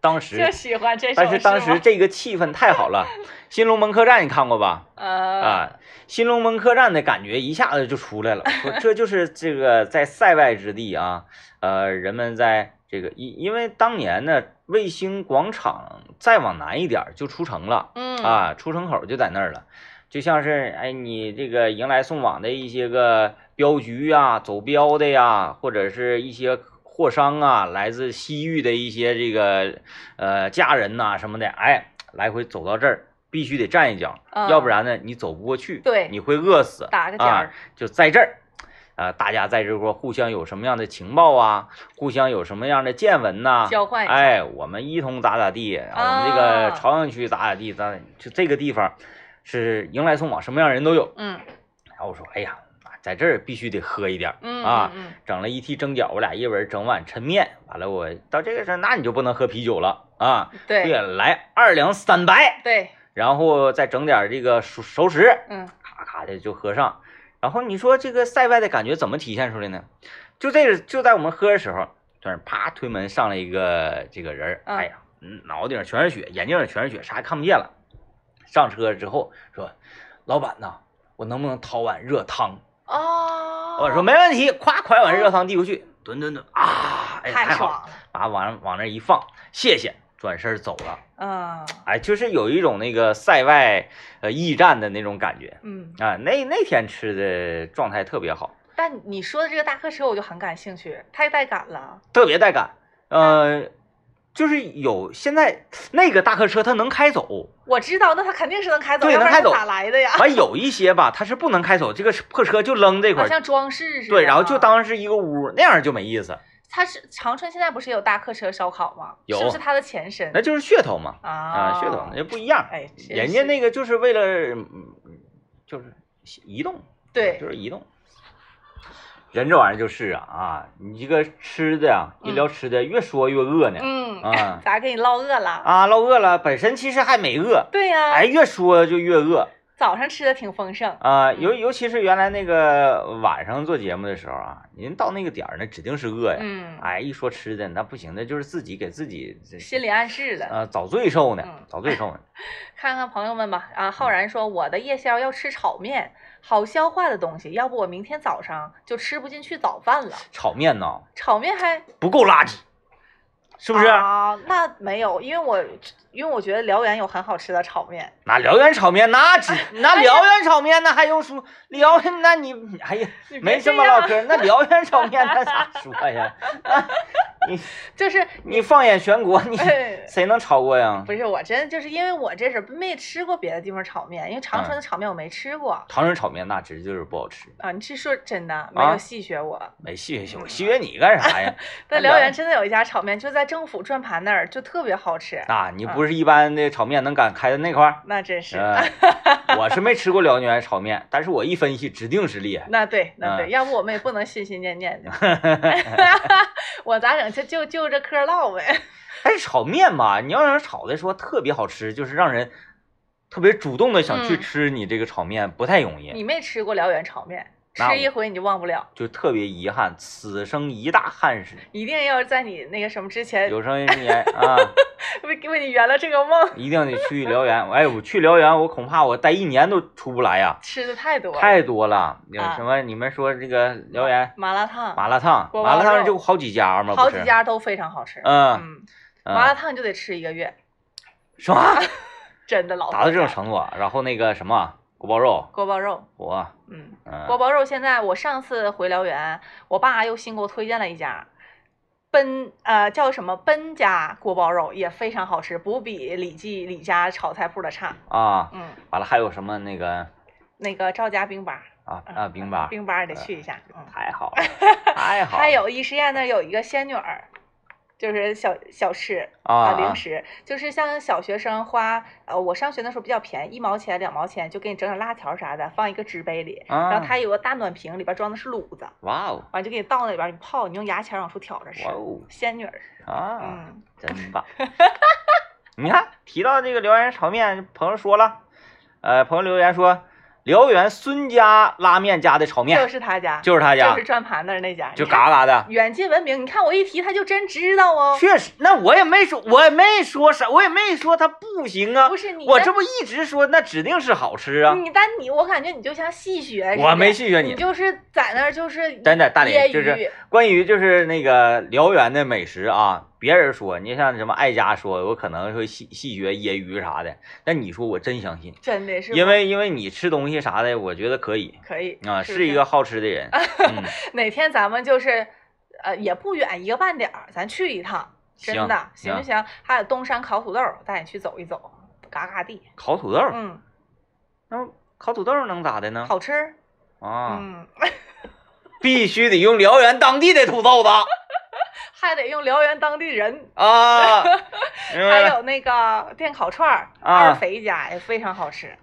A: 当时
B: 就，喜欢这首
A: 但是当时
B: 吗
A: 这个气氛太好了，《新龙门客栈》你看过吧？
B: 呃，
A: 啊，新龙门客栈的感觉一下子就出来了，说这就是这个在塞外之地啊，呃，人们在这个因因为当年呢，卫星广场再往南一点儿就出城了
B: 嗯，
A: 啊，出城口就在那儿了，就像是哎你这个迎来送往的一些个镖局啊、走镖的呀，或者是一些。货商啊，来自西域的一些这个呃家人呐、什么的，哎，来回走到这儿必须得站一脚，
B: 啊
A: 要不然呢，你走不过去，
B: 对
A: 你会饿死。
B: 打个尖
A: 啊
B: 儿，，
A: 就在这儿，啊，大家在这块儿互相有什么样的情报啊，互相有什么样的见闻呐、
B: 交换一下，
A: 哎，我们一同咋咋地，啊我们这
B: 啊
A: 个朝阳区咋咋地，咋咋地就这个地方是迎来送往，什么样人都有。
B: 嗯
A: 然后我说，哎呀，在这儿必须得喝一点儿
B: 嗯
A: 啊，
B: 嗯
A: 整了一屉蒸饺，我俩一人整碗抻面。完了我，到这个时候，那你就不能喝啤酒了啊，
B: 嗯
A: 对，
B: 对
A: 来二两三白。
B: 对，
A: 然后再整点这个熟熟食，
B: 嗯
A: 咔咔的就喝上。然后你说这个塞外的感觉怎么体现出来呢？就这个就在我们喝的时候，突然啪推门上来一个这个人儿，
B: 嗯
A: 哎呀，嗯脑袋顶全是血，眼镜上全是血，啥也看不见了。上车之后说：“老板呐，我能不能掏碗热汤？”
B: 哦，
A: 我说：“没问题。”夸，快碗热汤递过去，吨吨吨啊！哎，
B: 太
A: 太好
B: 爽
A: 了，
B: 了，
A: 把碗往那一放，谢谢，转身走了。
B: 嗯
A: 哎，就是有一种那个塞外呃驿站的那种感觉
B: 嗯，
A: 啊。那那天吃的状态特别好，
B: 但你说的这个大客车我就很感兴趣，太带感了，
A: 特别带感。呃，就是有现在那个大客车它能开走，
B: 我知道，那他肯定是能开走，
A: 对
B: 要不然
A: 能开
B: 他
A: 走
B: 咋来的呀？
A: 完有一些吧它是不能开走，这个破车就扔这块
B: 好
A: 儿，
B: 像装饰似的啊。
A: 对，然后就当是一个屋，那样就没意思，
B: 它是长春现在不是有大客车烧烤吗？
A: 有
B: 是不是它的前身
A: 那就是噱头嘛
B: 啊？
A: 啊，噱头那不一样，
B: 哎，真
A: 人家
B: 是
A: 那个就是为了嗯就是移动。
B: 对
A: 就是移动。人这玩意儿就是啊啊，你这个吃的呀、一聊吃的，越说越饿呢。
B: 嗯，
A: 啊
B: 咋给你唠饿了？
A: 啊，唠饿了，本身其实还没饿，
B: 对呀、
A: 哎，越说就越饿
B: 早上吃的挺丰盛，
A: 啊。尤尤其是原来那个晚上做节目的时候啊，人到那个点儿呢，指定是饿呀。
B: 嗯，
A: 哎，一说吃的，那不行，那就是自己给自己这
B: 心理暗示的。
A: 啊找罪受呢
B: 嗯，
A: 找罪受呢。
B: 看看朋友们吧。啊，
A: 嗯
B: 浩然说我的夜宵要吃炒面，好消化的东西，要不我明天早上就吃不进去早饭了。
A: 炒面呢
B: 炒面还
A: 不够垃圾，是不是？
B: 嗯啊？那没有，因为我因为我觉得辽源有很好吃的炒面。
A: 那辽源炒面那只
B: 哎
A: 那辽源炒面那还用说辽源？那你哎呀，
B: 你别
A: 没什么
B: 这样啊
A: 唠嗑。那辽源炒面那咋说 呀？啊你
B: 就是
A: 你放眼全国，你
B: 哎
A: 谁能超过呀
B: 不？是我真就是因为我这是没吃过别的地方炒面，因为长
A: 嗯
B: 春的炒面我没吃过、
A: 唐人炒面那直就是不好吃，
B: 啊。你是说真的没有
A: 啊
B: 戏谑我？
A: 没
B: 嗯
A: 戏谑我戏谑你干啥哎 呀？
B: 但辽源真的有一家炒面，就在政府转盘那儿，就特别好吃。
A: 啊，你不是一般的炒面能敢开到那块儿？
B: 那嗯真是，
A: 呃我是没吃过辽源炒面，但是我一分析指定是厉害。
B: 那对那对，
A: 嗯
B: 要不我们也不能心心 念念的。 我咋整？就就就这嗑 唠呗。
A: 但是炒面吧，你要是炒的说特别好吃，就是让人特别主动的想去
B: 嗯
A: 吃你这个炒面，不太容易。
B: 你没吃过辽源炒面，
A: 那
B: 吃一回你就忘不了，
A: 就特别遗憾，此生一大憾事。
B: 一定要在你那个什么之前
A: 有生之年啊，
B: 为为你圆了这个梦。
A: 一定得去辽源。哎，我去辽源，我恐怕我待一年都出不来呀，
B: 吃的太多了，
A: 太多了。有
B: 啊
A: 什么？你们说这个辽源
B: 麻辣烫，
A: 麻辣烫，
B: 锅包
A: 麻辣烫
B: 肉
A: 就好几家嘛，
B: 好
A: 不
B: 几
A: 是。
B: 家都非常好吃。
A: 嗯，
B: 嗯，
A: 嗯
B: 麻辣烫就得吃一个月，
A: 什么？
B: 真的老
A: 达到这种
B: 头
A: 程度啊？然后那个什么锅包肉，
B: 锅包肉，
A: 我
B: 嗯，
A: 嗯，
B: 锅包肉现在我上次回辽源，我爸又新给我推荐了一家。奔呃叫什么奔家锅包肉也非常好吃，不比李记李家炒菜铺的差。
A: 啊，
B: 嗯，
A: 完了还有什么那个
B: 那个赵家冰吧，嗯
A: 啊啊冰吧，
B: 冰吧也得去一下。嗯，
A: 太好 了，太好了，
B: 还有一实验那儿有一个仙女儿，就是小小吃
A: 啊
B: 零食，就是像小学生花呃，我上学那时候比较便宜，一毛钱两毛钱就给你整点辣条啥的，放一个纸杯里，
A: 啊
B: 然后它有个大暖瓶，里边装的是卤子，
A: 哇哦
B: 完就给你倒那里边，你泡，你用牙签往出挑着吃
A: 哇。哦
B: 仙女儿，
A: 啊，
B: 嗯，
A: 真棒！ 你看提到这个辽源炒面，朋友说了，呃，朋友留言说辽源孙家拉面家的炒
B: 就
A: 面
B: 是他家，
A: 就是他
B: 就
A: 家
B: 是，转盘那儿那家，
A: 就
B: 你看
A: 嘎嘎的。
B: 远近闻名，你看我一提他就真知道哦。
A: 确实，那我也没说，我也没说啥，我也没说它不行啊
B: 不。是你，
A: 我这不一直说，那指定是好吃啊。
B: 你但你我感觉你就像戏谑似的，
A: 我没戏谑
B: 你
A: 你，
B: 嗯就是在那儿就是
A: 真的大
B: 业
A: 林
B: 余
A: 就是关于就是那个辽源的美食啊，别人说你像什么爱家说，我可能会戏戏谑揶揄啥的，但你说我真相信，
B: 真的是
A: 因
B: 吗
A: 为因为你吃东西啥的，我觉得可以
B: 可以
A: 啊，
B: 是
A: 是一个好吃的 人。嗯，
B: 哪天咱们就是呃也不远一个半点儿，咱去一趟，真
A: 行
B: 的行不
A: 行
B: 行？还有东山烤土豆，带你去走一走，嘎嘎地，
A: 烤土豆，
B: 嗯，
A: 那烤土豆能咋的呢？
B: 好吃，
A: 啊，
B: 嗯，
A: 必须得用辽源当地的土豆子
B: 还得用辽源当地人。
A: 啊，明白
B: 还
A: 了？
B: 有那个电烤串儿，
A: 啊
B: 二肥家也非常好吃。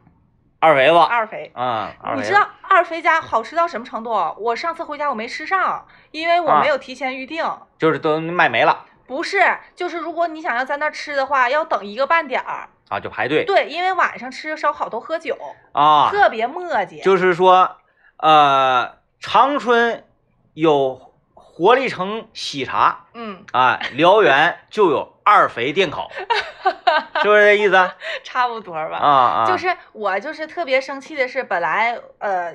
A: 二维吧，
B: 二肥，
A: 啊，二
B: 你
A: 维
B: 知道二肥家好吃到什么程度？我上次回家我没吃上，因为我
A: 啊
B: 没有提前预定。
A: 就是都卖没了
B: 不是，就是如果你想要在那儿吃的话，要等一个半点儿。
A: 啊，就排队
B: 对，因为晚上吃烧烤都喝酒，
A: 啊，
B: 特别磨叽。
A: 就是说，呃，长春有活力城喜茶
B: 嗯，
A: 啊，辽源就有二肥电 烤，是不是这意思啊？
B: 差不多吧。
A: 啊，
B: 就是我就是特别生气的是，本来呃，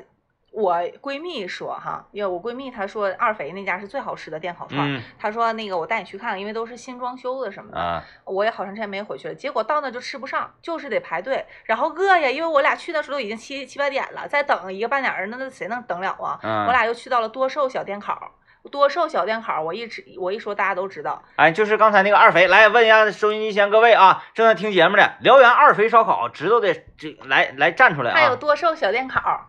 B: 我闺蜜说哈，因为我闺蜜她说二肥那家是最好吃的电烤串儿，
A: 嗯
B: 她说那个我带你去看看，因为都是新装修的什么的。
A: 啊
B: 我也好长时间没回去了，结果到那就吃不上，就是得排队，然后饿呀，因为我俩去的时候都已经七七八点了，再等一个半点儿，那那谁能等了啊？
A: 嗯
B: 我俩又去到了多寿小电烤，多寿小电烤，我一直我一说大家都知道，
A: 哎，就是刚才那个二肥，来问一下收音机前各位啊，正在听节目的辽源二肥烧烤，知道的这来来站出来
B: 还有
A: 啊
B: 多寿小电烤，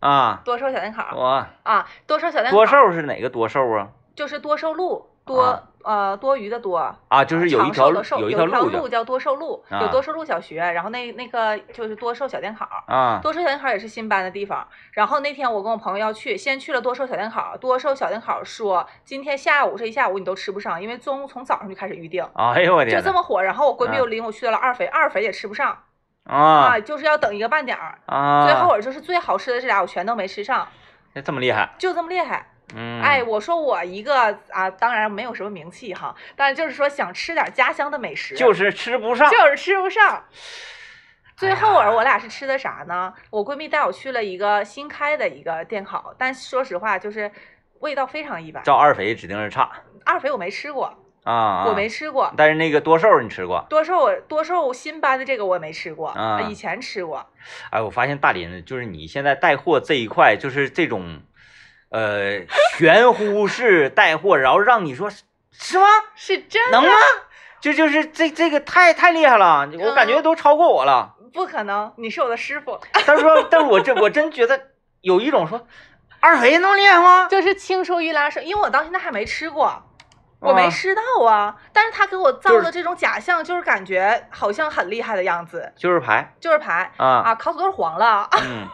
A: 啊！
B: 多寿小电烤
A: 我
B: 啊，多寿小电烤
A: 多寿是哪个多寿啊？
B: 就是多寿路多、
A: 啊
B: 呃多余的多。
A: 啊，就是有一条
B: 长寿的寿
A: 有
B: 有
A: 一条
B: 路
A: 路的
B: 叫多寿路，
A: 啊
B: 有多寿路小学，然后那那个就是多寿小电烤。
A: 啊
B: 多寿小电烤也是新搬的地方。然后那天我跟我朋友要去，先去了多寿小电烤。多寿小电烤说，今天下午这一下午你都吃不上，因为中午从早上就开始预定，
A: 啊！哎呦我
B: 就
A: 天
B: 这
A: 呐
B: 么火。然后我闺蜜
A: 啊
B: 又领我去了二肥，二肥也吃不上
A: 啊
B: 就是要等一个半点儿。
A: 啊！哎
B: 最后我就是最好吃的这俩，我全都没吃上，
A: 这么厉害，
B: 就这么厉害。
A: 嗯，
B: 哎，我说我一个啊，当然没有什么名气哈，但是就是说想吃点家乡的美食，
A: 就是吃不 上，
B: 就是吃不上。最
A: 哎
B: 后
A: 呀
B: 我我俩是吃的啥呢？我闺蜜带我去了一个新开的一个电烤，但说实话就是味道非常一般。
A: 照二肥指定是差
B: 二肥我没吃过，
A: 啊啊！
B: 我没，吃过。
A: 但是那个多寿你吃过？
B: 多寿我多寿新搬的这个我也没吃过，
A: 啊
B: 以前吃过。
A: 哎，我发现大林就是你现在带货这一块，就是这种，呃，玄乎式带货，然后让你说是吗？
B: 是真的
A: 能吗？这就是这这个太太厉害了，我感
B: 嗯
A: 觉都超过我 了。
B: 不可能，你是我的师傅，
A: 但是说，但是我这我真觉得有一种说，二肥那么厉害吗？
B: 就是青出于蓝胜，因为我到现在还没吃过。我没
A: 啊
B: 吃到啊，但是他给我造
A: 就是
B: 的这种假象，就是感觉好像很厉害的样子，
A: 就是排
B: 就是排
A: 啊，
B: 啊，烤土豆黄了， 啊
A: 嗯。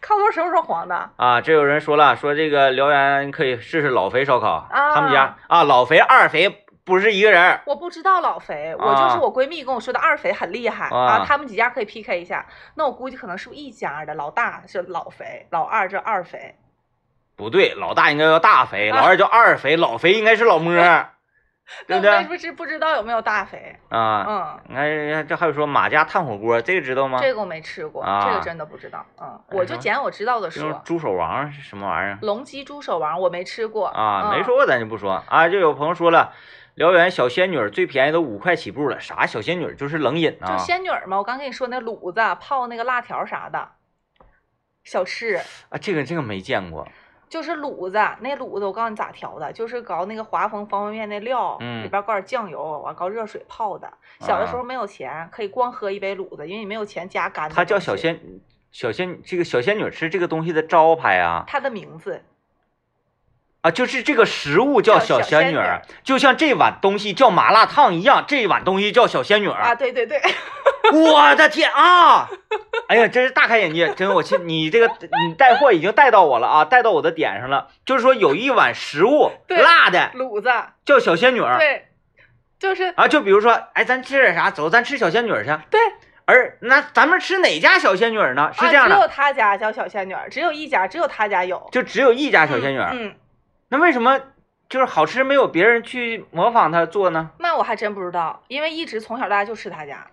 B: 烤土豆什么时候黄的？
A: 啊，这有人说了，说这个辽源可以试试老肥烧烤，
B: 啊
A: 他们家啊，老肥二肥不是一个人儿
B: 我不知道老肥，我就是我闺蜜跟我说的二肥很厉害
A: 啊
B: 啊，他们几家可以 PK 一下。那我估计可能是不是一家的老大是老肥，老二这二肥，
A: 不对，老大应该叫大肥，
B: 啊
A: 老二叫二肥，老肥应该是老摸，对不对
B: 但不知不知道有没有大肥？
A: 啊？
B: 嗯，
A: 你看这还有说马家炭火锅，这个知道吗？
B: 这个我没吃过，
A: 啊
B: 这个真的不知道。嗯，
A: 哎
B: 我就
A: 呀
B: 捡我知道的
A: 就是
B: 说。
A: 猪手王是什么玩意儿？
B: 龙脊猪手王我没吃过
A: 啊，
B: 嗯
A: 没说过咱就不说啊。就有朋友说了，辽源小仙女儿最便宜都五块起步了，啥小仙女儿就是冷饮
B: 嗯就
A: 啊？
B: 仙女儿嘛，我刚跟你说那卤子啊泡那个辣条啥的，小吃
A: 啊，这个这个没见过，
B: 就是卤子，那卤子我告诉你咋调的，就是搞那个华丰方便面那料，
A: 嗯啊
B: 里边搞点酱油，完搞热水泡的。小的时候没有钱，可以光喝一杯卤子，因为你没有钱加干的东西。
A: 它叫小仙小仙这个小仙女儿是这个东西的招牌啊
B: 它的名字
A: 啊，就是这个食物叫
B: 叫小
A: 仙
B: 仙女
A: 儿
B: 儿，
A: 就像这碗东西叫麻辣烫一样，这碗东西叫小仙女
B: 啊，
A: 儿。
B: 对对 对，
A: 我的天啊！哎呀，真是大开眼界，真我去，你这个你带货已经带到我了啊，带到我的点上了。就是说有一碗食物
B: 对
A: 辣的
B: 卤子，
A: 叫小仙女儿，
B: 对，就是
A: 啊，就比如说，哎，咱吃点啥？走，咱吃小仙女儿去。
B: 对，
A: 而那咱们吃哪家小仙女儿呢？是这样
B: 啊，只
A: 的，
B: 有他家叫小仙女儿，只有一家，只有他家有
A: 就只有一家小仙女儿。
B: 嗯。嗯
A: 那为什么就是好吃没有别人去模仿她做呢？
B: 那我还真不知道，因为一直从小到大就吃他家，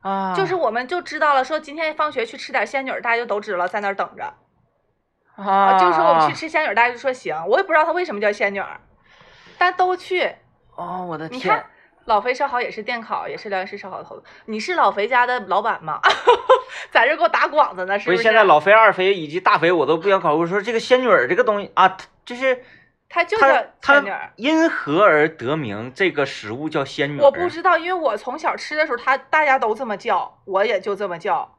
A: 啊，
B: 就是我们就知道了，说今天放学去吃点仙女儿，大家就都知道在那儿等着。
A: 啊，
B: 就是我们去吃仙女儿，大家就说行，我也不知道它为什么叫仙女儿，但都去。
A: 哦，我的
B: 你
A: 天
B: 看，老肥烧烤也是电烤，也是辽源市烧烤的头子。你是老肥家的老板吗？ 在这给我打广子呢，是
A: 不是
B: 不是？
A: 现在老肥、二肥以及大肥我都不想考虑。我说这个仙女儿这个东西啊，它就是
B: 他就
A: 它
B: 叫仙女
A: 它
B: 儿。
A: 因何而得名？这个食物叫仙女儿？
B: 我不知道，因为我从小吃的时候，他大家都这么叫，我也就这么叫。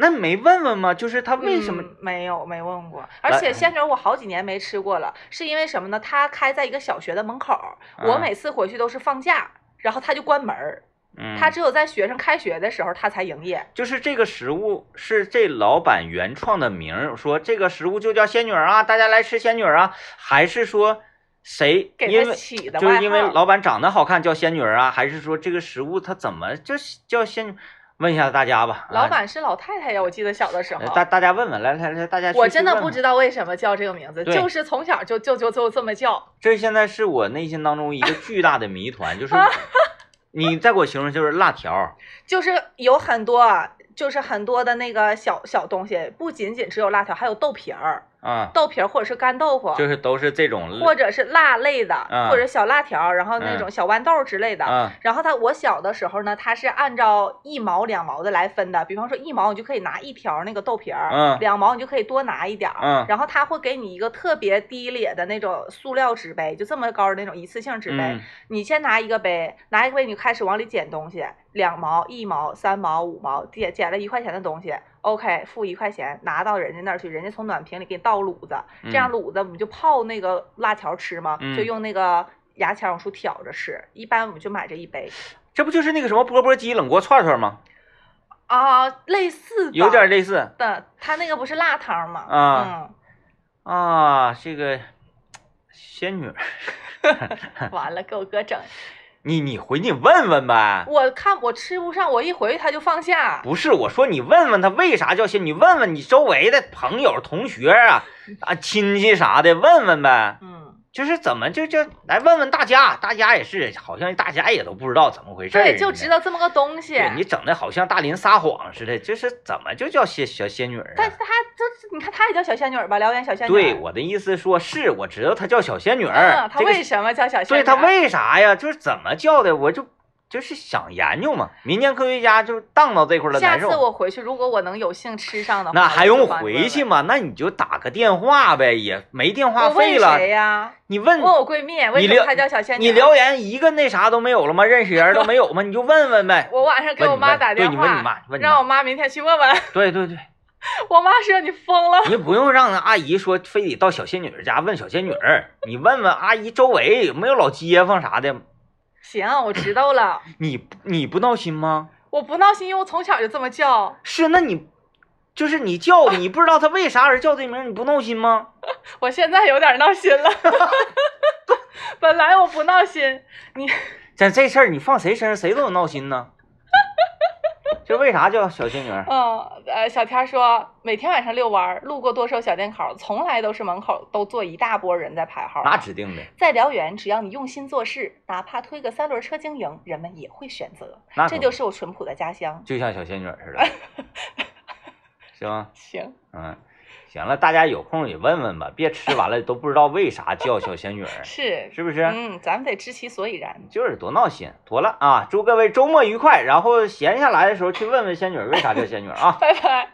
A: 那你没问问吗？就是他为什么？
B: 嗯没有没问过？而且
A: 来
B: 仙女儿我好几年没吃过了，是因为什么呢？它开在一个小学的门口儿，
A: 啊
B: 我每次回去都是放假，然后它就关门儿。
A: 嗯
B: 它只有在学生开学的时候，它才营业。
A: 就是这个食物是这老板原创的名儿，说这个食物就叫仙女儿啊，大家来吃仙女儿啊，还是说谁
B: 给
A: 因
B: 它
A: 为
B: 起的
A: 就
B: 外号，
A: 是因为老板长得好看叫仙女儿啊，还是说这个食物它怎么就叫仙女？问一下大家吧，
B: 老板是老太太呀，我记得小的时
A: 啊，
B: 候
A: 哎呃，大大家问问，来来来，大家去
B: 我真的不
A: 道，
B: 知道为什么叫这个名字，
A: 对
B: 就是从小就就就就这么叫。
A: 这现在是我内心当中一个巨大的谜团， 就是你再给我形容就是辣条儿，
B: 就是有很多啊，就是很多的那个小小东西，不仅仅只有辣条，还有豆皮儿、
A: 啊，
B: 豆皮儿或者是干豆腐，
A: 就是都是这种
B: 或者是辣类的，
A: 啊
B: 或者小辣条，然后那
A: 嗯
B: 种小豌豆之类的。
A: 啊，
B: 然后它，我小的时候呢，它是按照一毛两毛的来分的。比方说一毛，你就可以拿一条那个豆皮儿；
A: 嗯
B: 两毛你就可以多拿一点儿。
A: 嗯
B: 然后它会给你一个特别低劣的那种塑料纸杯，就这么高的那种一次性纸杯。
A: 嗯
B: 你先拿一个杯，拿一个杯你就开始往里捡东西，两毛、一毛、三毛、五毛，捡捡了一块钱的东西，OK，付一块钱拿到人家那儿去，人家从暖瓶里给你倒卤子，这样
A: 嗯
B: 卤子我们就泡那个辣条吃嘛，
A: 嗯
B: 就用那个牙签往出挑着吃。一般我们就买这一杯
A: 这不就是那个什么钵钵鸡、冷锅串串吗？
B: 啊，类似吧
A: 有点类似，
B: 的，它那个不是辣汤吗？
A: 啊啊，这个仙女儿，
B: 嗯，完了给我哥整，
A: 你你回去问问呗。
B: 我看我吃不上，我一回去他就放下。
A: 不是，我说你问问他为啥叫仙，你问问你周围的朋友、同学啊、啊亲戚啥的，问问呗。
B: 嗯，
A: 就是怎么就就来问问大家，大家也是，好像大家也都不知道怎么回事儿
B: 对，就知
A: 道。
B: 道这么个东西。
A: 对你整的好像大林撒谎似的，这是怎么就叫仙小仙女儿
B: 但
A: 啊
B: 是？她就是你看，她也叫小仙女儿吧，辽源小仙女儿。
A: 对，我的意思说是我知道她叫小仙女儿
B: 嗯，，她
A: 这个
B: 为什么叫小仙女
A: 对
B: 儿？
A: 他为啥呀？就是怎么叫的？我就就是想研究嘛。民间科学家就荡到这块儿了，
B: 下
A: 难
B: 次
A: 受。
B: 我回去，如果我能有幸吃上的话，
A: 那还用回去
B: 去？
A: 吗？那你就打个电话呗，也没电话
B: 我
A: 费
B: 问
A: 了。
B: 谁呀？
A: 你问
B: 问我啊闺蜜，为什
A: 聊
B: 么她叫小仙女？
A: 你，留言一个那啥都没有了吗？认识人都没有吗？你就问问呗。
B: 我晚上给我妈打电
A: 问你问
B: 话，
A: 对你问你妈问你妈
B: 让我妈明天去问问。
A: 对对对，
B: 我妈说你疯了，
A: 你不用让那阿姨说非得到小仙女儿家问小仙女儿，你问问阿姨周围有没有老街坊啥的。
B: 行，我知道了，
A: 你你不闹心吗？
B: 我不闹心，因为我从小就这么叫，
A: 是，那你就是你叫，你不知道他为啥而叫这名儿，你不闹心吗？
B: 我现在有点闹心了。 本来我不闹心，你
A: 咱这事儿你放谁身上，谁都有闹心呢。 就是为啥叫小仙女儿？
B: 嗯，呃，小天儿说，每天晚上遛弯儿，路过剁手小店口，从来都是门口都坐一大波人在排号。
A: 那指定的，
B: 在辽源，只要你用心做事，哪怕推个三轮车经营，人们也会选择。
A: 那
B: 这
A: 可
B: 就
A: 不
B: 是我淳朴的家乡。
A: 就像小仙女儿似的， 是吗？
B: 行，
A: 嗯，行了，大家有空也问问吧，别吃完了都不知道为啥叫小仙女儿，
B: 是，
A: 是不啊是？
B: 嗯，咱们得知其所以然。
A: 就是多闹心，妥了啊！祝各位周末愉快，然后闲下来的时候去问问仙女儿为啥叫仙女儿啊！
B: 拜拜。